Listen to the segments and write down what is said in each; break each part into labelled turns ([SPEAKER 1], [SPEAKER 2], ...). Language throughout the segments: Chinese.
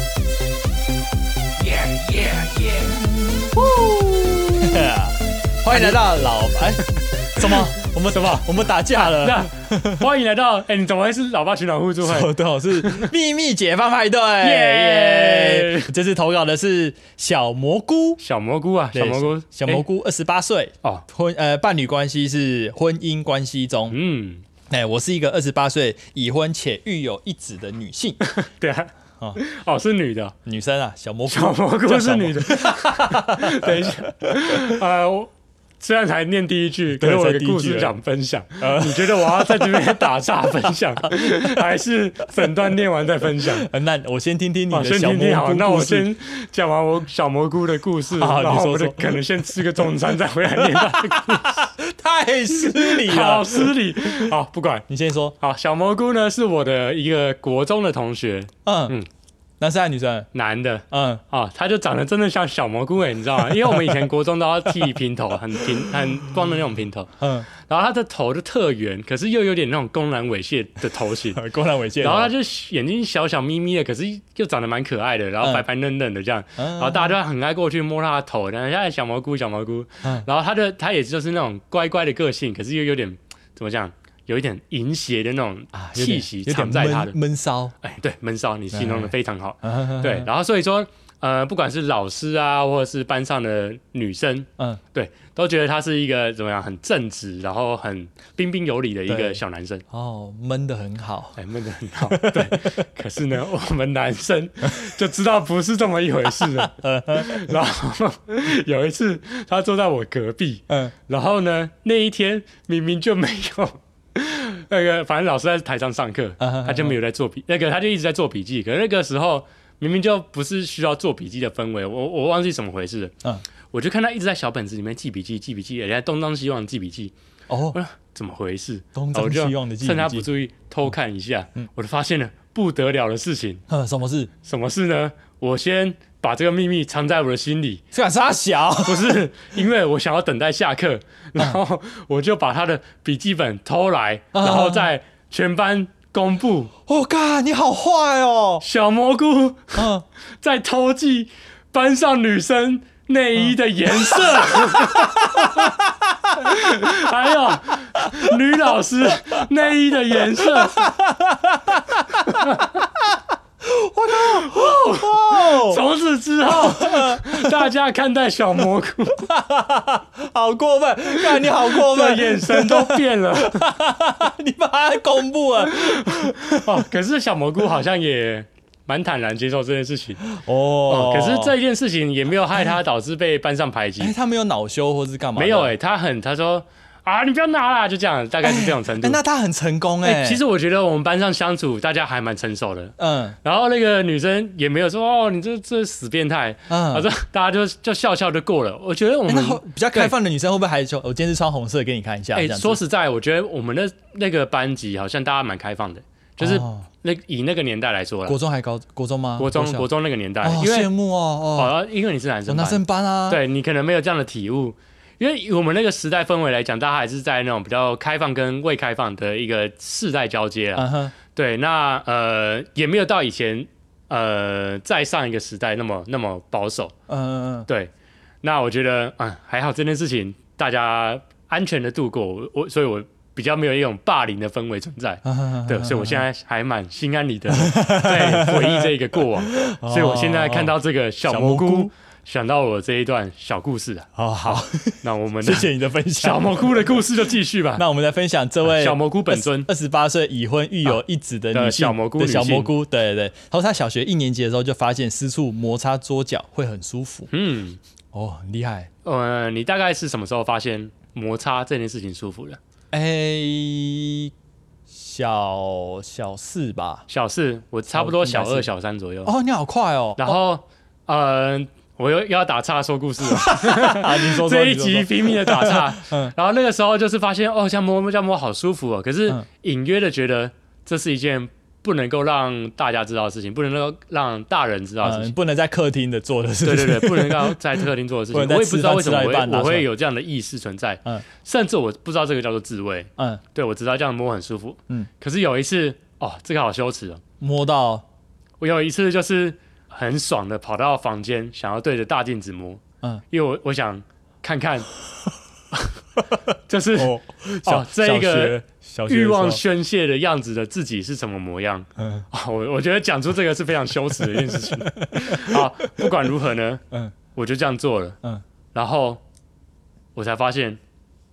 [SPEAKER 1] 欢迎来到老哎，什么？我们
[SPEAKER 2] 什么？
[SPEAKER 1] 我们打架 了？
[SPEAKER 2] 那欢迎来到，哎、你怎么会是老爸取暖互助会？
[SPEAKER 1] 我懂，是秘密解放派对。
[SPEAKER 2] 耶
[SPEAKER 1] 耶！这次投稿的是小蘑菇，
[SPEAKER 2] 小蘑菇啊，小蘑菇
[SPEAKER 1] 对，小蘑菇，二十八岁，
[SPEAKER 2] 哎哦，
[SPEAKER 1] 婚呃伴侣关系是婚姻关系中。
[SPEAKER 2] 嗯，
[SPEAKER 1] 哎，我是一个二十八岁已婚且育有一子的女 性
[SPEAKER 2] 对啊，
[SPEAKER 1] 哦
[SPEAKER 2] 哦，是女的，
[SPEAKER 1] 女生啊，小蘑菇，
[SPEAKER 2] 小蘑菇
[SPEAKER 1] 叫
[SPEAKER 2] 是
[SPEAKER 1] 小蘑
[SPEAKER 2] 女的。 等一下， 呃，我虽然才念第一句，可
[SPEAKER 1] 对
[SPEAKER 2] 是我
[SPEAKER 1] 才
[SPEAKER 2] 有
[SPEAKER 1] 第
[SPEAKER 2] 个
[SPEAKER 1] 一句
[SPEAKER 2] 故
[SPEAKER 1] 而
[SPEAKER 2] 事
[SPEAKER 1] 已呃
[SPEAKER 2] 想分享。你觉得我要在这边打岔分享， 还是整段念完再分享？
[SPEAKER 1] 呃 那我先听听 你的
[SPEAKER 2] 哦，先
[SPEAKER 1] 小
[SPEAKER 2] 听听
[SPEAKER 1] 蘑
[SPEAKER 2] 好，
[SPEAKER 1] 菇
[SPEAKER 2] 那我
[SPEAKER 1] 故事
[SPEAKER 2] 先讲完我小蘑菇的故事，
[SPEAKER 1] 好好你
[SPEAKER 2] 然后
[SPEAKER 1] 说
[SPEAKER 2] 我就
[SPEAKER 1] 说
[SPEAKER 2] 可能先吃个中餐，再回来 念他的故事。
[SPEAKER 1] 太失礼
[SPEAKER 2] 好
[SPEAKER 1] 了。
[SPEAKER 2] 失礼，好不管。
[SPEAKER 1] 你先说，
[SPEAKER 2] 好，小蘑菇呢是我的一个国中的同学，
[SPEAKER 1] 嗯
[SPEAKER 2] 嗯，
[SPEAKER 1] 那是爱女生，
[SPEAKER 2] 男的
[SPEAKER 1] 嗯，
[SPEAKER 2] 啊、他就长得真的像小蘑菇哎、你知道吗？因为我们以前国中都要剃平头，很平 很光的那种平头，
[SPEAKER 1] 嗯，
[SPEAKER 2] 然后他的头就特圆，可是又有点那种公然猥亵的头 型，
[SPEAKER 1] 公然猥亵。
[SPEAKER 2] 然后他就眼睛小小眯眯的，可是又长得蛮可爱的，然后
[SPEAKER 1] 嗯
[SPEAKER 2] 白白嫩嫩的这样，
[SPEAKER 1] 嗯，
[SPEAKER 2] 然后大家就很爱过去摸他的头，然后哎小蘑菇小蘑菇，
[SPEAKER 1] 嗯
[SPEAKER 2] 然后他的他也就是那种乖乖的个性，可是又有点怎么讲，有一点淫邪的那种
[SPEAKER 1] 啊有点
[SPEAKER 2] 气息
[SPEAKER 1] 有点
[SPEAKER 2] 藏在他的
[SPEAKER 1] 闷闷骚。
[SPEAKER 2] 哎，对，闷骚，你形容的非常好。
[SPEAKER 1] 嗯
[SPEAKER 2] 对
[SPEAKER 1] 对，，
[SPEAKER 2] 然后所以说，呃，不管是老师啊，或者是班上的女生，
[SPEAKER 1] 嗯，
[SPEAKER 2] 都觉得他是一个怎么样，很正直，然后很彬彬有礼的一
[SPEAKER 1] 对
[SPEAKER 2] 个小男生。
[SPEAKER 1] 哦，闷的很好。
[SPEAKER 2] 哎，闷得很好，对。可是 呢，我们男生就知道不是这么一回事了。 然后有一次，他坐在我隔壁，
[SPEAKER 1] 嗯
[SPEAKER 2] 然后呢，那一天明明就没有 那个，反正老师在台上上课，
[SPEAKER 1] 嗯嗯嗯
[SPEAKER 2] 他就没有在做笔，那个他就一直在做笔记。可是那个时候明明就不是需要做笔记的氛围，我我忘记怎么回事了。
[SPEAKER 1] 嗯
[SPEAKER 2] 我就看他一直在小本子里面记笔记，记笔记，人家东张西望记笔记，
[SPEAKER 1] 哦
[SPEAKER 2] 我，说怎么回事？啊
[SPEAKER 1] 东
[SPEAKER 2] 我
[SPEAKER 1] 张
[SPEAKER 2] 就
[SPEAKER 1] 西望的记
[SPEAKER 2] 趁他不
[SPEAKER 1] 笔记。
[SPEAKER 2] 注意偷看一下，
[SPEAKER 1] 嗯
[SPEAKER 2] 我就发现了不得了的事情。
[SPEAKER 1] 哼，嗯什么事？
[SPEAKER 2] 什么事呢？我先把这个秘密藏在我的心里，
[SPEAKER 1] 这敢杀小？
[SPEAKER 2] 不是因为我想要等待下课，然后我就把他的笔记本偷来，
[SPEAKER 1] 啊
[SPEAKER 2] 然后在全班公布
[SPEAKER 1] 我靠，哦你好坏哦！
[SPEAKER 2] 小蘑菇
[SPEAKER 1] 嗯，
[SPEAKER 2] 在偷记班上女生内衣的颜色，还有女老师内衣的颜色。
[SPEAKER 1] 哦，
[SPEAKER 2] 从此之后，大家看待小蘑菇
[SPEAKER 1] 好过分！看你好过
[SPEAKER 2] 的
[SPEAKER 1] 分，
[SPEAKER 2] 眼神都变了。
[SPEAKER 1] 你把它公布了。
[SPEAKER 2] 哦，可是小蘑菇好像也蛮坦然接受这件事情。
[SPEAKER 1] 哦
[SPEAKER 2] 哦，可是这件事情也没有害他导致被班上排
[SPEAKER 1] 哎，
[SPEAKER 2] 挤，
[SPEAKER 1] 他没有恼羞或是干嘛的？
[SPEAKER 2] 没有哎、他很他说啊，你不要拿啦，就这样，大概是这种程 度
[SPEAKER 1] 哎，。那他很成功
[SPEAKER 2] 哎、
[SPEAKER 1] 哎。
[SPEAKER 2] 其实我觉得我们班上相处大家还蛮成熟的。
[SPEAKER 1] 嗯，
[SPEAKER 2] 然后那个女生也没有说哦，你这这死变态，
[SPEAKER 1] 嗯
[SPEAKER 2] 反、正大家就就笑笑就过了。我觉得我
[SPEAKER 1] 哎那
[SPEAKER 2] 们、
[SPEAKER 1] 后啊比较开放的女生会不会还说，我今天是穿红色给你看一下？
[SPEAKER 2] 哎、
[SPEAKER 1] 这样子
[SPEAKER 2] 说实在，我觉得我们的那个班级好像大家蛮开放的，就是
[SPEAKER 1] 哦
[SPEAKER 2] 那、以那个年代来说了
[SPEAKER 1] 国，中还高国中吗？
[SPEAKER 2] 国中
[SPEAKER 1] 小
[SPEAKER 2] 国中那个年代，
[SPEAKER 1] 哦，
[SPEAKER 2] 因为
[SPEAKER 1] 羡慕
[SPEAKER 2] 好
[SPEAKER 1] 哦哦，
[SPEAKER 2] 像因为你是男
[SPEAKER 1] 我
[SPEAKER 2] 生
[SPEAKER 1] 男
[SPEAKER 2] 班，
[SPEAKER 1] 生班啊，，
[SPEAKER 2] 对你可能没有这样的体悟，因为以我们那个时代氛围来讲，大家还是在那种比较开放跟未开放的一个世代交接啊。
[SPEAKER 1] 嗯哼，
[SPEAKER 2] 对，那呃也没有到以前呃再上一个时代那么那么保守。
[SPEAKER 1] 嗯嗯
[SPEAKER 2] 对，那我觉得嗯还好这件事情大家安全的度过，我我所以我比较没有一种霸凌的氛围存在。
[SPEAKER 1] 嗯嗯，
[SPEAKER 2] 对，所以我现在还蛮心安理 得，在回忆这个过往。所以我现在看到这个小蘑
[SPEAKER 1] 哦小蘑
[SPEAKER 2] 菇
[SPEAKER 1] 菇，
[SPEAKER 2] 想到我这一段小故事啊。
[SPEAKER 1] 哦好好，
[SPEAKER 2] 那我 们
[SPEAKER 1] 谢
[SPEAKER 2] 的
[SPEAKER 1] 谢你的分
[SPEAKER 2] 小
[SPEAKER 1] 享。
[SPEAKER 2] 蘑菇的故事就继续吧。
[SPEAKER 1] 那我们来分享这位
[SPEAKER 2] 小蘑菇本尊
[SPEAKER 1] 二十八岁已婚育有一子的女
[SPEAKER 2] 的
[SPEAKER 1] 性
[SPEAKER 2] 小蘑菇
[SPEAKER 1] 的
[SPEAKER 2] 女
[SPEAKER 1] 小蘑
[SPEAKER 2] 性
[SPEAKER 1] 菇，对对对，她说她小学一年级的时候就发现私处摩擦桌角会很舒服，
[SPEAKER 2] 嗯，
[SPEAKER 1] 哦，很厉害。
[SPEAKER 2] 呃，你大概是什么时候发现摩擦这件事情舒服的？
[SPEAKER 1] 哎，小小四吧。
[SPEAKER 2] 小四，我差不多小
[SPEAKER 1] 应该
[SPEAKER 2] 二、
[SPEAKER 1] 是
[SPEAKER 2] 小三左右。
[SPEAKER 1] 哦，你好快哦！
[SPEAKER 2] 然后，呃，我又要打岔说故事了。
[SPEAKER 1] 啊，你说说
[SPEAKER 2] 哦这一
[SPEAKER 1] 你说
[SPEAKER 2] 集
[SPEAKER 1] 说
[SPEAKER 2] 拼命的打 岔
[SPEAKER 1] 嗯。
[SPEAKER 2] 然后那个时候就是发现，哦，这样摸这样摸好舒服哦。可是
[SPEAKER 1] 嗯
[SPEAKER 2] 隐约的觉得这是一件不能够让大家知道的事情，不能够让大人知道的事情
[SPEAKER 1] 嗯，。不能在客厅的做的事情。
[SPEAKER 2] 对对对，不能够在客厅做的事
[SPEAKER 1] 不
[SPEAKER 2] 情，我
[SPEAKER 1] 能在
[SPEAKER 2] 也不知道为什么我
[SPEAKER 1] 吃饭吃到一半
[SPEAKER 2] 会
[SPEAKER 1] 拿
[SPEAKER 2] 我
[SPEAKER 1] 出来
[SPEAKER 2] 会有这样的意识存在，
[SPEAKER 1] 嗯
[SPEAKER 2] 甚至我不知道这个叫做自慰，
[SPEAKER 1] 嗯，
[SPEAKER 2] 对我知道这样摸很舒服，
[SPEAKER 1] 嗯
[SPEAKER 2] 可是有一次哦，这个好羞耻哦，
[SPEAKER 1] 摸到
[SPEAKER 2] 我有一次就是很爽的跑到房间，想要对着大镜子摸，
[SPEAKER 1] 嗯
[SPEAKER 2] 因为我我想看看就是
[SPEAKER 1] 哦，
[SPEAKER 2] 哦这一个
[SPEAKER 1] 小学小学的
[SPEAKER 2] 欲
[SPEAKER 1] 时候
[SPEAKER 2] 望宣泄的样子的自己是什么模样。
[SPEAKER 1] 嗯
[SPEAKER 2] 啊，我我觉得讲出这个是非常羞耻的一件事情。好，不管如何呢，
[SPEAKER 1] 嗯
[SPEAKER 2] 我就这样做了，
[SPEAKER 1] 嗯，
[SPEAKER 2] 然后我才发现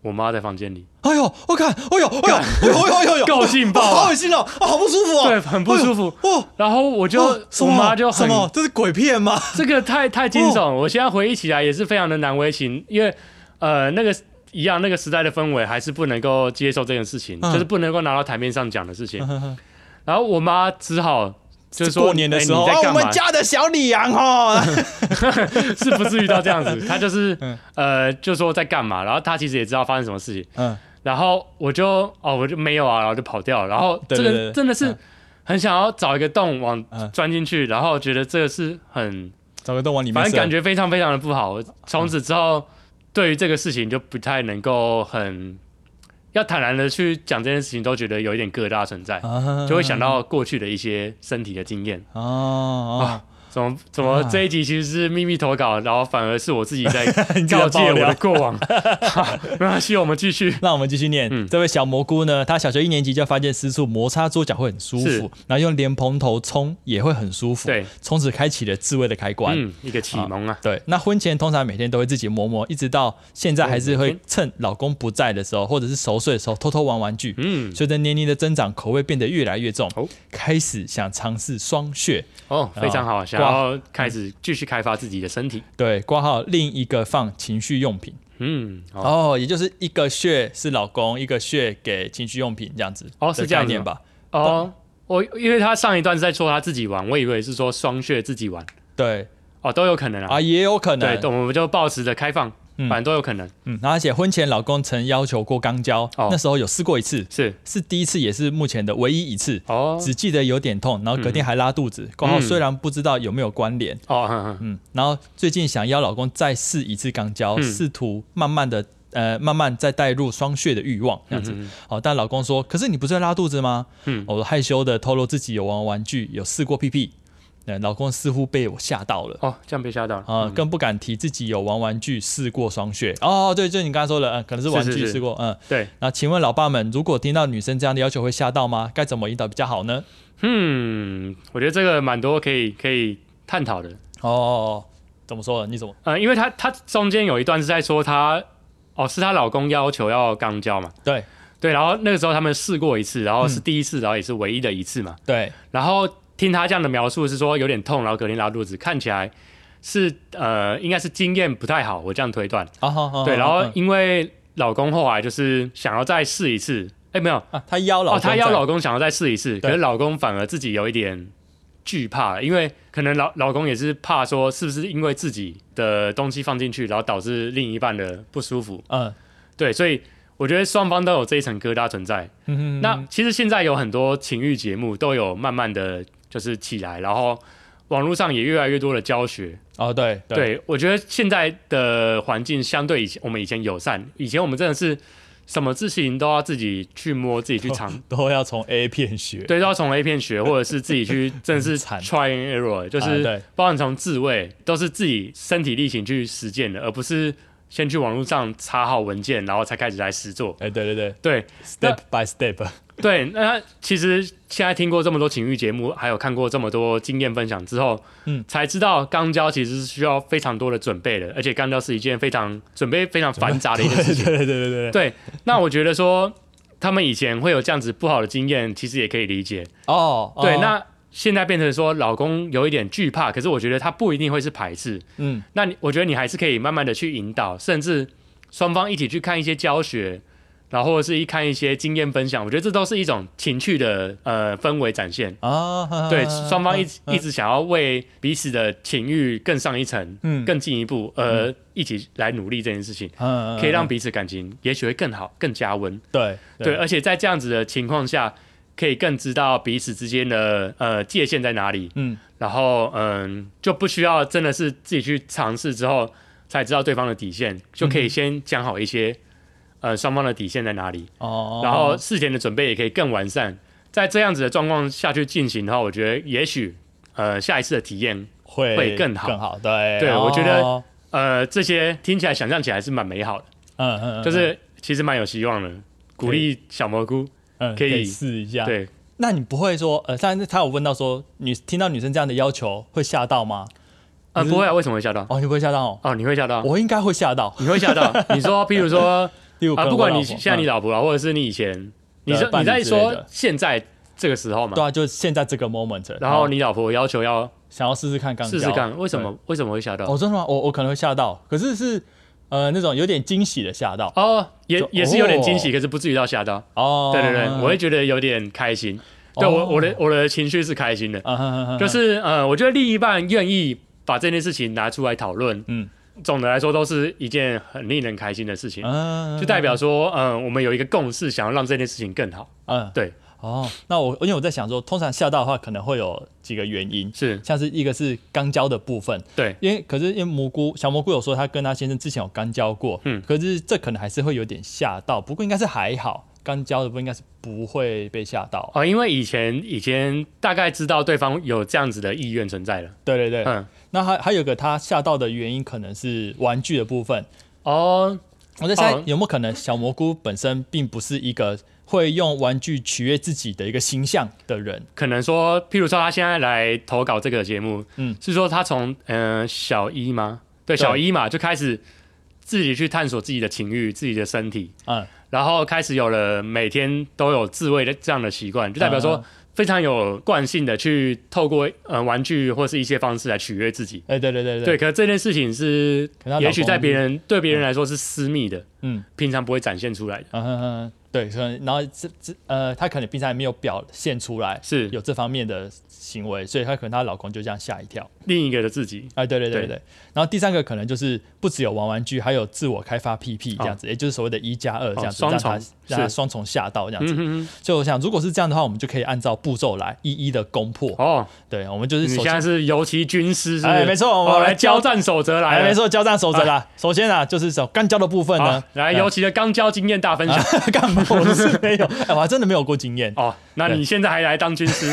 [SPEAKER 2] 我妈在房间里，
[SPEAKER 1] 哎呦，我看，哎呦，哎呦，哎呦，哎呦，哎呦，
[SPEAKER 2] 够劲
[SPEAKER 1] 哦好
[SPEAKER 2] 爆啊、
[SPEAKER 1] 恶心哦，啊，好不舒服哦，
[SPEAKER 2] 对，很不舒服。
[SPEAKER 1] 哦。
[SPEAKER 2] 然后我就、
[SPEAKER 1] 哦什
[SPEAKER 2] 我
[SPEAKER 1] 么
[SPEAKER 2] 妈就
[SPEAKER 1] 什
[SPEAKER 2] 很
[SPEAKER 1] 么？哦这是鬼片吗？
[SPEAKER 2] 这个太太惊悚，我现在回忆起来也是非常的难为情，因为呃那个一样那个时代的氛围还是不能够接受这件事情，
[SPEAKER 1] 嗯
[SPEAKER 2] 就是不能够拿到台面上讲的事情。然后我妈只好就是说
[SPEAKER 1] 过年的时候，
[SPEAKER 2] 哎
[SPEAKER 1] 啊
[SPEAKER 2] 你在
[SPEAKER 1] 我
[SPEAKER 2] 干嘛？
[SPEAKER 1] 们家的小李阳 哦，
[SPEAKER 2] 是不至于到这样子，她就是、 呃就说在干嘛，然后她其实也知道发生什么事情，
[SPEAKER 1] 嗯，
[SPEAKER 2] 然后我就哦我就没有啊，然后就跑掉了，然后这
[SPEAKER 1] 对
[SPEAKER 2] 个
[SPEAKER 1] 对对对
[SPEAKER 2] 真的是
[SPEAKER 1] 嗯
[SPEAKER 2] 很想要找一个洞往
[SPEAKER 1] 嗯
[SPEAKER 2] 钻进去，然后觉得这个是很。
[SPEAKER 1] 找个洞往里面嗯
[SPEAKER 2] 反
[SPEAKER 1] 射，
[SPEAKER 2] 正感觉非常非常的不好。我从此之后，对于这个事情就不太能够很要坦然的去讲这件事情，都觉得有一点疙瘩存在，
[SPEAKER 1] 啊
[SPEAKER 2] 就会想到过去的一些身体的经验。
[SPEAKER 1] 哦哦，
[SPEAKER 2] 怎么怎么这一集其实是秘密投稿，然后反而是我自己 在
[SPEAKER 1] 你自己在
[SPEAKER 2] 告诫
[SPEAKER 1] 爆
[SPEAKER 2] 我
[SPEAKER 1] 料
[SPEAKER 2] 的过 往。 好没关系，我们继续。
[SPEAKER 1] 那我们继续念，
[SPEAKER 2] 嗯
[SPEAKER 1] 这位小蘑菇呢，他小学一年级就发现私处摩擦桌角会很舒
[SPEAKER 2] 是
[SPEAKER 1] 服，然后用莲蓬头冲也会很舒服，
[SPEAKER 2] 对，
[SPEAKER 1] 从此开启了自慰的开关。
[SPEAKER 2] 嗯，一个启蒙啊，
[SPEAKER 1] 对，那婚前通常每天都会自己磨磨，一直到现在还是
[SPEAKER 2] 哦每
[SPEAKER 1] 会
[SPEAKER 2] 天
[SPEAKER 1] 趁老公不在的时候，或者是熟睡的时候偷偷玩玩具。
[SPEAKER 2] 嗯，
[SPEAKER 1] 随着年龄的增长，口味变得越来越重，
[SPEAKER 2] 哦
[SPEAKER 1] 开始想尝试双穴。
[SPEAKER 2] 哦，非常好，
[SPEAKER 1] 啊
[SPEAKER 2] 想要开始继续开发自己的身体。
[SPEAKER 1] 对，挂号另一个放情绪用品
[SPEAKER 2] 嗯，哦，
[SPEAKER 1] 哦也就是一个穴是老公，一个穴给情绪用品这样子
[SPEAKER 2] 哦是
[SPEAKER 1] 的
[SPEAKER 2] 这样
[SPEAKER 1] 概
[SPEAKER 2] 子
[SPEAKER 1] 念
[SPEAKER 2] 吗
[SPEAKER 1] 吧？
[SPEAKER 2] 哦，我因为他上一段是在说他自己玩，我以为是说双穴自己玩。
[SPEAKER 1] 对
[SPEAKER 2] 哦，都有可能啊。
[SPEAKER 1] 啊，也有可
[SPEAKER 2] 对，
[SPEAKER 1] 能。
[SPEAKER 2] 我们就保持着开放，
[SPEAKER 1] 嗯
[SPEAKER 2] 反正都有可能。
[SPEAKER 1] 嗯，然后而且婚前老公曾要求过肛交，
[SPEAKER 2] 哦
[SPEAKER 1] 那时候有试过一次，
[SPEAKER 2] 是
[SPEAKER 1] 是第一次，也是目前的唯一一次。
[SPEAKER 2] 哦
[SPEAKER 1] 只记得有点痛，然后隔天还拉肚子。刚好
[SPEAKER 2] 嗯
[SPEAKER 1] 虽然不知道有没有关联，
[SPEAKER 2] 哦，嗯嗯
[SPEAKER 1] 嗯，然后最近想邀老公再试一次肛交，
[SPEAKER 2] 嗯
[SPEAKER 1] 试图慢慢的呃慢慢再带入双穴的欲望这样子。
[SPEAKER 2] 嗯
[SPEAKER 1] 好、但老公说，可是你不是拉肚子吗？
[SPEAKER 2] 嗯
[SPEAKER 1] 我害羞的透露自己有玩玩具，有试过屁屁。那老公似乎被我吓到了。
[SPEAKER 2] 哦，这样被吓到了
[SPEAKER 1] 啊、更不敢提自己有玩玩具试过双穴哦，对，就你刚才说的，嗯，可能是玩
[SPEAKER 2] 是
[SPEAKER 1] 具
[SPEAKER 2] 是是
[SPEAKER 1] 试过，嗯，
[SPEAKER 2] 对，
[SPEAKER 1] 那请问老爸们，如果听到女生这样的要求，会吓到吗？该怎么引导比较好呢？
[SPEAKER 2] 嗯，我觉得这个蛮多可以可以探讨的。
[SPEAKER 1] 哦，怎么说呢？你怎么？
[SPEAKER 2] 呃，因为她她中间有一段是在说她，哦，是她老公要求要肛交嘛。
[SPEAKER 1] 对
[SPEAKER 2] 对，然后那个时候他们试过一次，然后是第一次，然后也是唯一的一次嘛。
[SPEAKER 1] 对，
[SPEAKER 2] 然后听她这样的描述是说有点痛，然后隔天拉肚子，看起来是呃应该是经验不太好，我这样推断。
[SPEAKER 1] 啊好好，
[SPEAKER 2] 对，
[SPEAKER 1] 好
[SPEAKER 2] 然后
[SPEAKER 1] 嗯
[SPEAKER 2] 因为老公后来就是想要再试一次，哎，没有，
[SPEAKER 1] 啊，他邀老
[SPEAKER 2] 哦，
[SPEAKER 1] 公在，
[SPEAKER 2] 她要老公想要再试一次，
[SPEAKER 1] 对
[SPEAKER 2] 可是老公反而自己有一点惧怕，因为可能老老公也是怕说是不是因为自己的东西放进去，然后导致另一半的不舒服，
[SPEAKER 1] 嗯，
[SPEAKER 2] 对，所以我觉得双方都有这一层疙瘩存在。
[SPEAKER 1] 嗯，
[SPEAKER 2] 那其实现在有很多情欲节目都有慢慢的就是起来，然后网络上也越来越多的教学，
[SPEAKER 1] 哦，对对，
[SPEAKER 2] 对，我觉得现在的环境相对以前我们以前友善，以前我们真的是什么事情都要自己去摸、自 己去尝，
[SPEAKER 1] 都要从 A 片学，
[SPEAKER 2] 对，都要从 A 片学，或者是自己去，真的是
[SPEAKER 1] 惨
[SPEAKER 2] try and error，就
[SPEAKER 1] 啊
[SPEAKER 2] 是
[SPEAKER 1] 对
[SPEAKER 2] 包含从自慰都是自己身体力行去实践的，而不是先去网络上查好文件，然后才开始来实做。
[SPEAKER 1] 哎，对对对
[SPEAKER 2] 对 那
[SPEAKER 1] ，step by step，
[SPEAKER 2] 对，那其实现在听过这么多情欲节目，还有看过这么多经验分享之后，
[SPEAKER 1] 嗯
[SPEAKER 2] 嗯，才知道肛交其实是需要非常多的准备的，而且肛交是一件非常准备非常繁杂的一件事
[SPEAKER 1] 对
[SPEAKER 2] 情。
[SPEAKER 1] 对对对对，
[SPEAKER 2] 对，那我觉得说他们以前会有这样子不好的经验，其实也可以理解。
[SPEAKER 1] 哦，
[SPEAKER 2] 对，
[SPEAKER 1] 哦
[SPEAKER 2] 那现在变成说老公有一点惧怕，可是我觉得他不一定会是排斥，
[SPEAKER 1] 嗯，
[SPEAKER 2] 那你我觉得你还是可以慢慢的去引导，甚至双方一起去看一些教学，然后或者是一看一些经验分享，我觉得这都是一种情趣的呃氛围展现。
[SPEAKER 1] 啊，
[SPEAKER 2] 对，
[SPEAKER 1] 嗯
[SPEAKER 2] 双方一
[SPEAKER 1] 嗯
[SPEAKER 2] 直一直想要为彼此的情欲更上一层，
[SPEAKER 1] 嗯
[SPEAKER 2] 更进一步，呃，一起来努力这件事情，
[SPEAKER 1] 嗯，嗯
[SPEAKER 2] 可以让
[SPEAKER 1] 嗯
[SPEAKER 2] 彼此感情也许会更好、更加温。
[SPEAKER 1] 对
[SPEAKER 2] 对，，呃而且在这样子的情况下，可以更知道彼此之间的呃界限在哪里，
[SPEAKER 1] 嗯，
[SPEAKER 2] 然后嗯，就不需要真的是自己去尝试之后才知道对方的底线，就可
[SPEAKER 1] 嗯
[SPEAKER 2] 以先讲好一些、呃双方的底线在哪里，
[SPEAKER 1] 哦，
[SPEAKER 2] 然后事前的准备也可以更完善。在这样子的状况下去进行的话，我觉得也许呃下一次的体验，
[SPEAKER 1] 会
[SPEAKER 2] 会更好
[SPEAKER 1] 更好，对
[SPEAKER 2] 对我觉得
[SPEAKER 1] 哦
[SPEAKER 2] 呃这些听起来想象起来是蛮美好的。
[SPEAKER 1] 嗯嗯，嗯
[SPEAKER 2] 就是其实蛮有希望的，鼓励小蘑菇。
[SPEAKER 1] 嗯
[SPEAKER 2] 可以
[SPEAKER 1] 试一下。，
[SPEAKER 2] 对，
[SPEAKER 1] 那你不会说呃，但是他有问到说，女听到女生这样的要求会吓到吗？
[SPEAKER 2] 啊，
[SPEAKER 1] 可是
[SPEAKER 2] 不会啊，为什么会吓到？
[SPEAKER 1] 哦，你不会吓到哦，
[SPEAKER 2] 哦，你会吓到，
[SPEAKER 1] 我应该会吓到。
[SPEAKER 2] 你会吓 到。你说，譬如说
[SPEAKER 1] 例如可
[SPEAKER 2] 啊，
[SPEAKER 1] 能
[SPEAKER 2] 不
[SPEAKER 1] 我
[SPEAKER 2] 管
[SPEAKER 1] 老
[SPEAKER 2] 你
[SPEAKER 1] 婆
[SPEAKER 2] 现在你
[SPEAKER 1] 嗯
[SPEAKER 2] 老婆啊，或者是你以前，你
[SPEAKER 1] 的
[SPEAKER 2] 说
[SPEAKER 1] 伴
[SPEAKER 2] 你
[SPEAKER 1] 侣
[SPEAKER 2] 在
[SPEAKER 1] 之类
[SPEAKER 2] 说
[SPEAKER 1] 的
[SPEAKER 2] 现在这个时候嘛
[SPEAKER 1] 对，啊，就是现在这个 moment，
[SPEAKER 2] 然后你老婆要求要
[SPEAKER 1] 想要试试看钢
[SPEAKER 2] 试试
[SPEAKER 1] 胶
[SPEAKER 2] 看，为什么为什么会吓到？
[SPEAKER 1] 哦，真的吗？我我可能会吓到，可是是呃那种有点惊喜的吓到
[SPEAKER 2] 哦，也
[SPEAKER 1] 就
[SPEAKER 2] 也是有点惊喜，
[SPEAKER 1] 哦
[SPEAKER 2] 可是不至于到吓到。
[SPEAKER 1] 哦。
[SPEAKER 2] 对对对，我会觉得有点开心。对我我的我的情绪是开心的，
[SPEAKER 1] 啊哈哈哈，
[SPEAKER 2] 就是呃，我觉得另一半愿意把这件事情拿出来讨论，
[SPEAKER 1] 嗯
[SPEAKER 2] 总的来说都是一件很令人开心的事情，
[SPEAKER 1] 嗯
[SPEAKER 2] 就代表说，嗯、我们有一个共识，想要让这件事情更好。
[SPEAKER 1] 嗯
[SPEAKER 2] 对
[SPEAKER 1] 哦。那我因为我在想说，通常吓到的话可能会有几个原因，
[SPEAKER 2] 是
[SPEAKER 1] 像是一个是肛交的部分，
[SPEAKER 2] 对，
[SPEAKER 1] 因为可是因为蘑菇小蘑菇有说他跟他先生之前有肛交过，
[SPEAKER 2] 嗯
[SPEAKER 1] 可是这可能还是会有点吓到，不过应该是还好，肛交的部分应该是不会被吓到。
[SPEAKER 2] 哦，因为以前以前大概知道对方有这样子的意愿存在了，
[SPEAKER 1] 对对对，
[SPEAKER 2] 嗯，
[SPEAKER 1] 那还还有一个他吓到的原因可能是玩具的部分，
[SPEAKER 2] 哦，
[SPEAKER 1] 我在想
[SPEAKER 2] 哦
[SPEAKER 1] 有没有可能小蘑菇本身并不是一个会用玩具取悦自己的一个形象的人，
[SPEAKER 2] 可能说，譬如说他现在来投稿这个节目，
[SPEAKER 1] 嗯
[SPEAKER 2] 嗯，是说他从嗯、呃小一吗？对，
[SPEAKER 1] 对
[SPEAKER 2] 小一嘛就开始自己去探索自己的情欲、自己的身体，
[SPEAKER 1] 嗯，
[SPEAKER 2] 然后开始有了每天都有自慰的这样的习惯，就代表
[SPEAKER 1] 嗯
[SPEAKER 2] 说非常有惯性的去透过呃玩具或是一些方式来取悦自己。
[SPEAKER 1] 哎、对对对
[SPEAKER 2] 对，，可是这件事情是
[SPEAKER 1] 可能她，老
[SPEAKER 2] 也许在
[SPEAKER 1] 公
[SPEAKER 2] 别人对别人来说是私密的，
[SPEAKER 1] 嗯
[SPEAKER 2] 平常不会展现出来的。
[SPEAKER 1] 嗯哼哼，对，所以然后这这呃，他可能平常也没有表现出来
[SPEAKER 2] 是
[SPEAKER 1] 有这方面的行为，所以他可能她老公就这样吓一跳，
[SPEAKER 2] 另一个的自己，
[SPEAKER 1] 哎、对对对对
[SPEAKER 2] 对
[SPEAKER 1] 然后第三个可能就是不只有玩玩具，还有自我开发 PP 这样子，也就是所谓的一加二这样子，
[SPEAKER 2] 哦双
[SPEAKER 1] 让他
[SPEAKER 2] 重
[SPEAKER 1] 让他
[SPEAKER 2] 是
[SPEAKER 1] 双重吓到这样子。
[SPEAKER 2] 嗯哼哼，
[SPEAKER 1] 所以我想，如果是这样的话，我们就可以按照步骤来一一的攻破。
[SPEAKER 2] 哦，
[SPEAKER 1] 对，我们就是
[SPEAKER 2] 你
[SPEAKER 1] 首
[SPEAKER 2] 现
[SPEAKER 1] 先
[SPEAKER 2] 在是尤其军师，是不
[SPEAKER 1] 哎
[SPEAKER 2] 是？
[SPEAKER 1] 没错我们
[SPEAKER 2] 哦
[SPEAKER 1] 来
[SPEAKER 2] 来交战守则来
[SPEAKER 1] 哎，
[SPEAKER 2] 了，
[SPEAKER 1] 没错，交战守则啦。首先啊，就是手干交的啊部分
[SPEAKER 2] 好。
[SPEAKER 1] 呢，
[SPEAKER 2] 来，
[SPEAKER 1] 嗯
[SPEAKER 2] 尤其的刚交经验大分享
[SPEAKER 1] 干嘛？我是没有，哎，我还真的没有过经验。
[SPEAKER 2] 哦。那你现在还来当军 师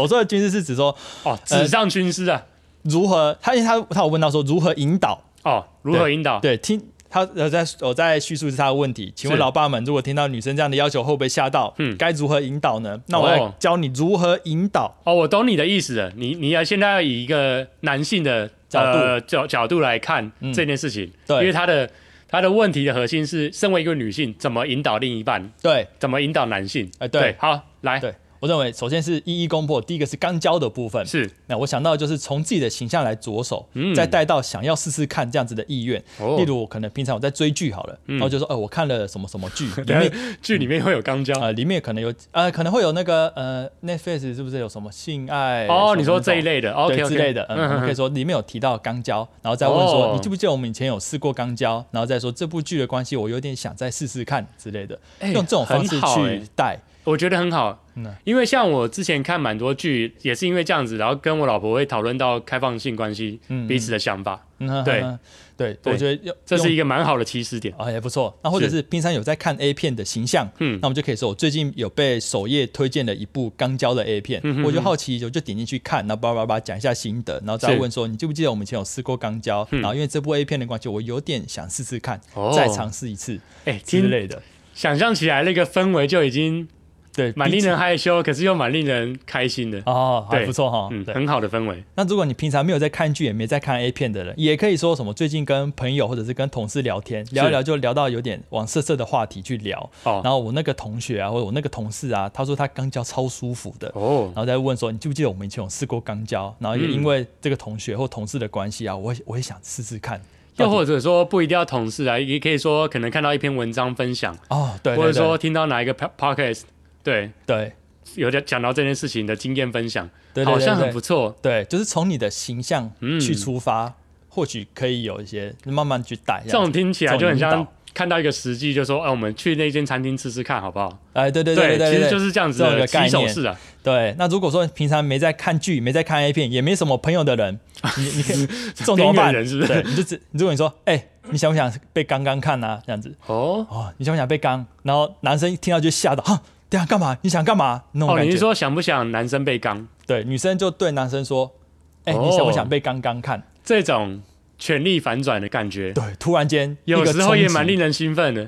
[SPEAKER 1] 我说的军事是指说
[SPEAKER 2] 哦，纸上军师啊，
[SPEAKER 1] 如何，他因为他他有问到说如何引导，
[SPEAKER 2] 哦，如何引导？
[SPEAKER 1] 对，听他我在我在叙述是他的问题。请问
[SPEAKER 2] 是
[SPEAKER 1] 老爸们，如果听到女生这样的要求，会不会吓到？
[SPEAKER 2] 嗯
[SPEAKER 1] 该如何引导呢？那我来
[SPEAKER 2] 哦
[SPEAKER 1] 教你如何引导。
[SPEAKER 2] 哦，我懂你的意思了。你你要现在要以一个男性的
[SPEAKER 1] 角度
[SPEAKER 2] 呃、角角度来看
[SPEAKER 1] 嗯
[SPEAKER 2] 这件事情，
[SPEAKER 1] 对
[SPEAKER 2] 因为他的他的问题的核心是，身为一个女性，怎么引导另一半，
[SPEAKER 1] 对，
[SPEAKER 2] 怎么引导男性？
[SPEAKER 1] 哎对
[SPEAKER 2] 好，来，
[SPEAKER 1] 对我认为首先是一一攻破，第一个是刚交的部分。
[SPEAKER 2] 是
[SPEAKER 1] 那我想到的就是从自己的形象来着手，
[SPEAKER 2] 嗯
[SPEAKER 1] 再带到想要试试看这样子的意愿。
[SPEAKER 2] 哦嗯
[SPEAKER 1] 例如，我可能平常我在追剧好了，然后就说，呃，我看了什么什么 剧，里
[SPEAKER 2] 等一
[SPEAKER 1] 面
[SPEAKER 2] 下剧里面会有肛交。
[SPEAKER 1] 呃里面可能有呃可能会有那个呃 Netflix 是不是有什么性爱？
[SPEAKER 2] 哦，你说这一
[SPEAKER 1] 类。
[SPEAKER 2] 类的
[SPEAKER 1] 对
[SPEAKER 2] ，OK
[SPEAKER 1] 之类的，嗯，我们可以说里面有提到肛交，然后再问说、
[SPEAKER 2] 哦
[SPEAKER 1] 你记不记得我们以前有试过肛交，然后再说这部剧的关系，我有点想再试试看之类的，
[SPEAKER 2] 哎
[SPEAKER 1] 用这种方式
[SPEAKER 2] 很好
[SPEAKER 1] 去
[SPEAKER 2] 哎
[SPEAKER 1] 带，
[SPEAKER 2] 我觉得很好
[SPEAKER 1] 嗯，
[SPEAKER 2] 因为像我之前看蛮多剧，也是因为这样子，然后跟我老婆会讨论到开放性关系
[SPEAKER 1] 嗯
[SPEAKER 2] 彼此的想法，
[SPEAKER 1] 嗯哼
[SPEAKER 2] 对
[SPEAKER 1] 哼哼对，
[SPEAKER 2] 对
[SPEAKER 1] 我觉得用
[SPEAKER 2] 这是
[SPEAKER 1] 用
[SPEAKER 2] 一个蛮好的起始点。
[SPEAKER 1] 啊、也不错。那或者
[SPEAKER 2] 是
[SPEAKER 1] 是平常有在看 A 片的形象，
[SPEAKER 2] 嗯
[SPEAKER 1] 那我们就可以说，我最近有被首页推荐了一部刚交的 A 片，
[SPEAKER 2] 嗯哼
[SPEAKER 1] 我就好奇，我就点进去看，然后叭叭叭讲一下心得，然后再
[SPEAKER 2] 是
[SPEAKER 1] 问说，你记不记得我们以前有试过刚交？
[SPEAKER 2] 嗯
[SPEAKER 1] 然后因为这部 A 片的关系，我有点想试试看，
[SPEAKER 2] 哦
[SPEAKER 1] 再尝试一次
[SPEAKER 2] 哎，
[SPEAKER 1] 之
[SPEAKER 2] 听
[SPEAKER 1] 类的。
[SPEAKER 2] 想象起来那个氛围就已经
[SPEAKER 1] 对，
[SPEAKER 2] 蛮令
[SPEAKER 1] 毕竟
[SPEAKER 2] 人害羞，可是又蛮令人开心的，
[SPEAKER 1] 哦，还
[SPEAKER 2] 对
[SPEAKER 1] 不错哈、
[SPEAKER 2] 嗯，
[SPEAKER 1] 对，
[SPEAKER 2] 很好的氛围。
[SPEAKER 1] 那如果你平常没有在看剧，也没在看 A 片的人，也可以说什么最近跟朋友或者是跟同事聊天，聊一聊就聊到有点往色色的话题去聊。
[SPEAKER 2] 哦
[SPEAKER 1] 然后我那个同学啊，或者我那个同事啊，他说他肛交超舒服的。
[SPEAKER 2] 哦
[SPEAKER 1] 然，后再问说，你记不记得我们以前有试过肛交？然后也
[SPEAKER 2] 嗯
[SPEAKER 1] 因为这个同学或同事的关系啊，我也我也想试试看。
[SPEAKER 2] 又
[SPEAKER 1] 到底
[SPEAKER 2] 或者说不一定要同事啊，也可以说可能看到一篇文章分享，
[SPEAKER 1] 哦，对，
[SPEAKER 2] 或者
[SPEAKER 1] 对
[SPEAKER 2] 说听到哪一个 po- podcast，对，
[SPEAKER 1] 对
[SPEAKER 2] 有点讲到这件事情的经验分享，
[SPEAKER 1] 对对对
[SPEAKER 2] 好像
[SPEAKER 1] 对
[SPEAKER 2] 很不嗯错。
[SPEAKER 1] 对，就是从你的形象去出发，或许可以有一些慢慢去带
[SPEAKER 2] 这
[SPEAKER 1] 样子
[SPEAKER 2] 种听起来就很
[SPEAKER 1] 这种引
[SPEAKER 2] 像
[SPEAKER 1] 导
[SPEAKER 2] 看到一个实际，就说，哎、我们去那间餐厅吃吃看好不好？
[SPEAKER 1] 哎，对对对对对，
[SPEAKER 2] 其实
[SPEAKER 1] 对
[SPEAKER 2] 就是这样子
[SPEAKER 1] 这种一
[SPEAKER 2] 的
[SPEAKER 1] 个概
[SPEAKER 2] 起手
[SPEAKER 1] 念
[SPEAKER 2] 式啊。
[SPEAKER 1] 对，那如果说平常没在看剧、没在看 A 片，也没什么朋友的人，你你 可以这种怎么
[SPEAKER 2] 边
[SPEAKER 1] 办？
[SPEAKER 2] 缘人是不是
[SPEAKER 1] 对，你就只如果你说，哎、你想不想被刚刚看啊？这样子
[SPEAKER 2] 哦
[SPEAKER 1] 哦，你想不想被刚？然后男生一听到就吓到，哈，对啊，干嘛？你想干嘛？那种
[SPEAKER 2] 哦，
[SPEAKER 1] 感
[SPEAKER 2] 你
[SPEAKER 1] 觉。
[SPEAKER 2] 是说想不想男生被刚
[SPEAKER 1] 对，女生就对男生说，哎、
[SPEAKER 2] 哦
[SPEAKER 1] 你想不想被刚刚看？
[SPEAKER 2] 这种？权力反转的感觉。
[SPEAKER 1] 对，突然间
[SPEAKER 2] 有时候也蛮令
[SPEAKER 1] 人
[SPEAKER 2] 人 兴奋的，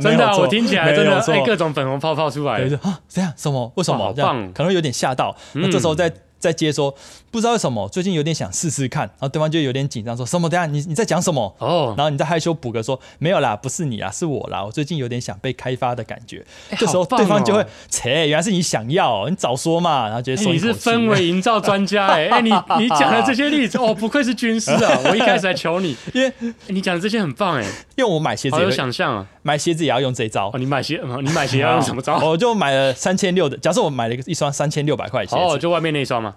[SPEAKER 2] 真的啊、我听起来真的哎，各种粉红泡泡出来
[SPEAKER 1] 对，
[SPEAKER 2] 了。
[SPEAKER 1] 就啊，这样什么？为什
[SPEAKER 2] 哇
[SPEAKER 1] 么
[SPEAKER 2] 好
[SPEAKER 1] 这样？
[SPEAKER 2] 哎棒嗯
[SPEAKER 1] 可能会有点吓到。那这时候再再接说，不知道为什么，最近有点想试试看。然后对方就有点紧张，说什么？等一下你你在讲什么？
[SPEAKER 2] 哦，
[SPEAKER 1] 然后你再害羞补个说没有啦，不是你啦，啊是我啦。我最近有点想被开发的感觉。
[SPEAKER 2] 哎
[SPEAKER 1] 这时候
[SPEAKER 2] 好棒
[SPEAKER 1] 对方就会
[SPEAKER 2] 哦，
[SPEAKER 1] 切，原来是你想要哦，你早说嘛。然后直接
[SPEAKER 2] 哎
[SPEAKER 1] 松一
[SPEAKER 2] 你
[SPEAKER 1] 口
[SPEAKER 2] 是
[SPEAKER 1] 气
[SPEAKER 2] 氛围营造专家哎、 哎、你你讲的这些例子哦，不愧是军师啊！我一开始还求你，
[SPEAKER 1] 因为
[SPEAKER 2] 哎你讲的这些很棒哎、
[SPEAKER 1] 因为我买鞋子
[SPEAKER 2] 好
[SPEAKER 1] 也
[SPEAKER 2] 有
[SPEAKER 1] 会
[SPEAKER 2] 想象啊！
[SPEAKER 1] 买鞋子也要用这一招
[SPEAKER 2] 哦，。你买鞋，嗯你买鞋
[SPEAKER 1] 哦
[SPEAKER 2] 要用什么招？
[SPEAKER 1] 我就买了三千六的，假设我买了一个一双三千六百块的鞋
[SPEAKER 2] 哦，
[SPEAKER 1] 子，哎
[SPEAKER 2] 就外面那一双嘛。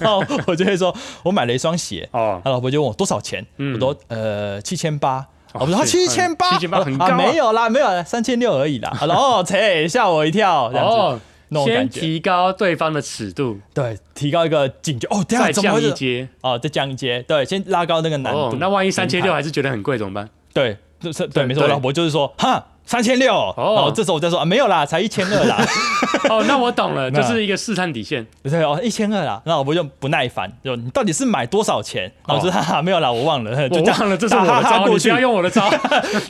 [SPEAKER 1] 然后我就会说，我买了一双鞋，
[SPEAKER 2] 哦，
[SPEAKER 1] 他老婆就问我多少钱，
[SPEAKER 2] 嗯
[SPEAKER 1] 我都呃七千八。
[SPEAKER 2] 哦
[SPEAKER 1] 我们说
[SPEAKER 2] 是
[SPEAKER 1] 七千八，
[SPEAKER 2] 嗯78很高啊
[SPEAKER 1] 啊没有啦，没有啦，三千六而已啦。好了哦，切，吓我一 跳，这样子，
[SPEAKER 2] 哦，
[SPEAKER 1] 那种
[SPEAKER 2] 先
[SPEAKER 1] 感觉，
[SPEAKER 2] 提高对方的尺度，
[SPEAKER 1] 对，提高一个警觉。哦，等一下
[SPEAKER 2] 再
[SPEAKER 1] 怎么
[SPEAKER 2] 降
[SPEAKER 1] 回
[SPEAKER 2] 一
[SPEAKER 1] 事？
[SPEAKER 2] 阶。
[SPEAKER 1] 哦，再降一阶，对，先拉高那个难
[SPEAKER 2] 哦
[SPEAKER 1] 度，。
[SPEAKER 2] 那万一三千六
[SPEAKER 1] 门槛，
[SPEAKER 2] 还是觉得很贵怎么办？
[SPEAKER 1] 对，就是对，
[SPEAKER 2] 对
[SPEAKER 1] 没错，我
[SPEAKER 2] 对
[SPEAKER 1] 老婆就是说，哈，三千六。哦，这时候我再说啊，没有啦，才一千二 啦，
[SPEAKER 2] 哦，那我懂 了，
[SPEAKER 1] 那
[SPEAKER 2] 就是一个试探底线。
[SPEAKER 1] 对哦，一千二啦。那老婆就不耐烦，就你到底是买多少钱？然后我说
[SPEAKER 2] 哦
[SPEAKER 1] 哈哈，没有啦，我忘了，就
[SPEAKER 2] 我
[SPEAKER 1] 这样
[SPEAKER 2] 忘了这是
[SPEAKER 1] 打
[SPEAKER 2] 我
[SPEAKER 1] 哈
[SPEAKER 2] 的
[SPEAKER 1] 哈
[SPEAKER 2] 招，
[SPEAKER 1] 过
[SPEAKER 2] 你不
[SPEAKER 1] 去
[SPEAKER 2] 要。用我 的招。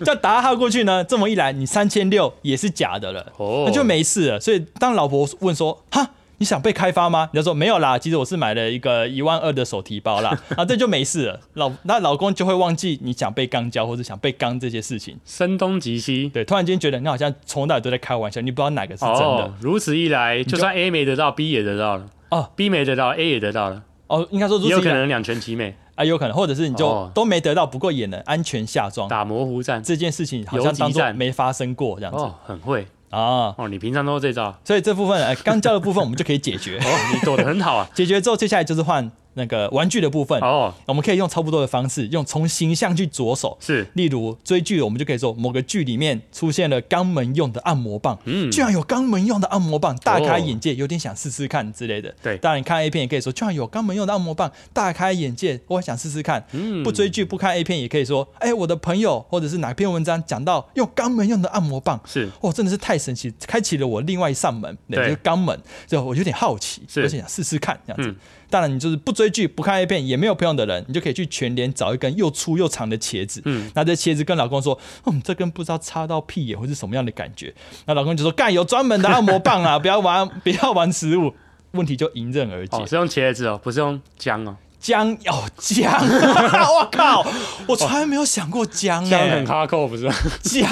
[SPEAKER 1] 叫打哈过去呢，这么一来，你三千六也是假的了，
[SPEAKER 2] 哦
[SPEAKER 1] 那就没事了。所以当老婆问说：“哈，你想被开发吗？”你就说：“没有啦，其实我是买了一个一万二的手提包啦。” 啊，这就没事了。老那老公就会忘记你想被刚交或者想被刚这些事情。
[SPEAKER 2] 声东击西。
[SPEAKER 1] 对，突然间觉得你好像从头到尾都在开玩笑，你不知道哪个是真的
[SPEAKER 2] 哦，如此一来，就算 A 没得到，B 也得到了。
[SPEAKER 1] 哦
[SPEAKER 2] ，B 没得到，A 也得到了，
[SPEAKER 1] 哦。应该说如
[SPEAKER 2] 也有
[SPEAKER 1] 此一
[SPEAKER 2] 可
[SPEAKER 1] 来
[SPEAKER 2] 能两全其美，
[SPEAKER 1] 啊，有可能，或者是你就
[SPEAKER 2] 哦
[SPEAKER 1] 都没得到，不过也能安全下装。
[SPEAKER 2] 打模糊战。
[SPEAKER 1] 这件事情好
[SPEAKER 2] 游
[SPEAKER 1] 像
[SPEAKER 2] 击
[SPEAKER 1] 当做
[SPEAKER 2] 战
[SPEAKER 1] 没发生过这样子
[SPEAKER 2] 哦，很会
[SPEAKER 1] 啊，
[SPEAKER 2] 哦，你平常都这招
[SPEAKER 1] 所以这部分呃刚交的部分我们就可以解决。。
[SPEAKER 2] 哦，你躲得很好啊
[SPEAKER 1] 解决之后，接下来就是换那个玩具的部分。
[SPEAKER 2] 哦，
[SPEAKER 1] 我们可以用差不多的方式，用从形象去着手。
[SPEAKER 2] 是
[SPEAKER 1] 例如追剧，我们就可以说某个剧里面出现了肛门用的按摩棒，
[SPEAKER 2] 嗯
[SPEAKER 1] 居然有肛门用的按摩棒，大开眼界，有点想试试看之类的。
[SPEAKER 2] 对
[SPEAKER 1] 当然你看 A 片也可以说，居然有肛门用的按摩棒，大开眼界，我想试试看。
[SPEAKER 2] 嗯
[SPEAKER 1] 不追剧不看 A 片也可以说，哎、我的朋友或者是哪篇文章讲到用肛门用的按摩棒，
[SPEAKER 2] 是
[SPEAKER 1] 哇，真的是太神奇，开启了我另外一扇门，对，
[SPEAKER 2] 对
[SPEAKER 1] 就是肛门，所以我有点好奇，
[SPEAKER 2] 是
[SPEAKER 1] 而且想试试看这样子。
[SPEAKER 2] 嗯
[SPEAKER 1] 当然，你就是不追剧、不看 A 片，也没有朋友的人，你就可以去全联找一根又粗又长的茄子，
[SPEAKER 2] 嗯
[SPEAKER 1] 拿着茄子跟老公说，嗯，这根不知道插到屁眼会是什么样的感觉。那老公就说，干有专门的按摩棒 啊，不要玩，不要玩食物。问题就迎刃而解
[SPEAKER 2] 哦，。是用茄子哦，不是用姜哦，
[SPEAKER 1] 姜哦姜， 我靠！我从来没有想过姜
[SPEAKER 2] 姜
[SPEAKER 1] 哎
[SPEAKER 2] 很，哈扣，不是
[SPEAKER 1] 姜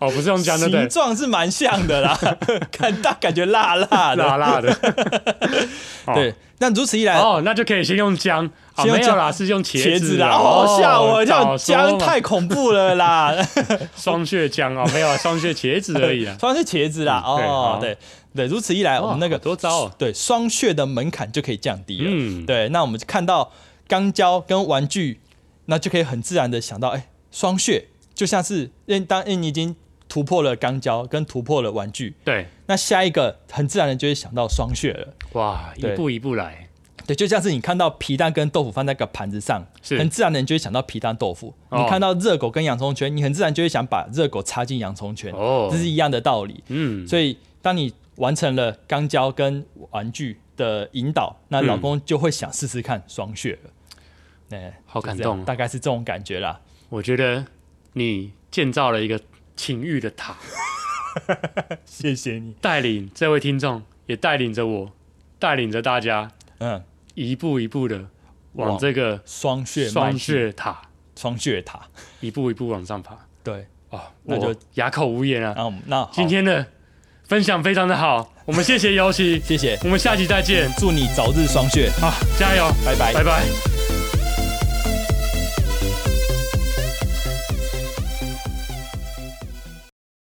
[SPEAKER 2] 哦，不是用姜的对
[SPEAKER 1] 形
[SPEAKER 2] 了，
[SPEAKER 1] 状是蛮像的啦， 看大感觉辣辣的。
[SPEAKER 2] 辣辣的。 哦
[SPEAKER 1] 对，那如此一来，
[SPEAKER 2] 哦，那就可以先用姜啊，
[SPEAKER 1] 先用
[SPEAKER 2] 没有
[SPEAKER 1] 姜
[SPEAKER 2] 啦，是用茄
[SPEAKER 1] 茄
[SPEAKER 2] 子
[SPEAKER 1] 子
[SPEAKER 2] 啦。
[SPEAKER 1] 啦，哦，吓我一跳，
[SPEAKER 2] 早说
[SPEAKER 1] 姜
[SPEAKER 2] 嘛
[SPEAKER 1] 太恐怖了 啦，。
[SPEAKER 2] 双血姜哦，没有啊，双血茄子而已啊
[SPEAKER 1] 双是茄子啦，
[SPEAKER 2] 嗯对
[SPEAKER 1] 哦
[SPEAKER 2] 好，
[SPEAKER 1] 对对，如此一来，
[SPEAKER 2] 哇
[SPEAKER 1] 我们那个
[SPEAKER 2] 好多招哦
[SPEAKER 1] 对双穴的门槛就可以降低了。
[SPEAKER 2] 嗯，
[SPEAKER 1] 对，那我们看到钢胶跟玩具，那就可以很自然的想到，哎，双穴就像是因为当因为你已经突破了钢胶跟突破了玩具，
[SPEAKER 2] 对，
[SPEAKER 1] 那下一个很自然的就会想到双穴了。
[SPEAKER 2] 哇，一
[SPEAKER 1] 对
[SPEAKER 2] 步一步来，
[SPEAKER 1] 对，就像是你看到皮蛋跟豆腐放在个盘子上，
[SPEAKER 2] 是
[SPEAKER 1] 很自然的，你就会想到皮蛋豆腐。
[SPEAKER 2] 哦
[SPEAKER 1] 你看到热狗跟洋葱圈，你很自然就会想把热狗插进洋葱圈，
[SPEAKER 2] 哦
[SPEAKER 1] 这是一样的道理。
[SPEAKER 2] 嗯，
[SPEAKER 1] 所以，当你完成了钢胶跟玩具的引导，那
[SPEAKER 2] 嗯
[SPEAKER 1] 老公就会想试试看双穴了。哎、
[SPEAKER 2] 好
[SPEAKER 1] 就
[SPEAKER 2] 感
[SPEAKER 1] 这样
[SPEAKER 2] 动哦
[SPEAKER 1] 大概是这种感觉啦。
[SPEAKER 2] 我觉得你建造了一个情欲的塔，
[SPEAKER 1] 谢谢你。
[SPEAKER 2] 带领这位听众，也带领着我，带领着大家
[SPEAKER 1] 嗯，
[SPEAKER 2] 一步一步的往
[SPEAKER 1] 往
[SPEAKER 2] 这个
[SPEAKER 1] 双穴迈
[SPEAKER 2] 双
[SPEAKER 1] 进
[SPEAKER 2] 血塔
[SPEAKER 1] 双穴塔。
[SPEAKER 2] 一步一步往上爬。
[SPEAKER 1] 对，
[SPEAKER 2] 哇，
[SPEAKER 1] 那
[SPEAKER 2] 我
[SPEAKER 1] 就
[SPEAKER 2] 哑口无言啊！
[SPEAKER 1] 那我们那好
[SPEAKER 2] 今天的分享非常的好，我们谢谢尤其，
[SPEAKER 1] 谢谢，
[SPEAKER 2] 我们下期再见
[SPEAKER 1] 祝你早日双穴，
[SPEAKER 2] 啊，加油，
[SPEAKER 1] 拜拜
[SPEAKER 2] 拜拜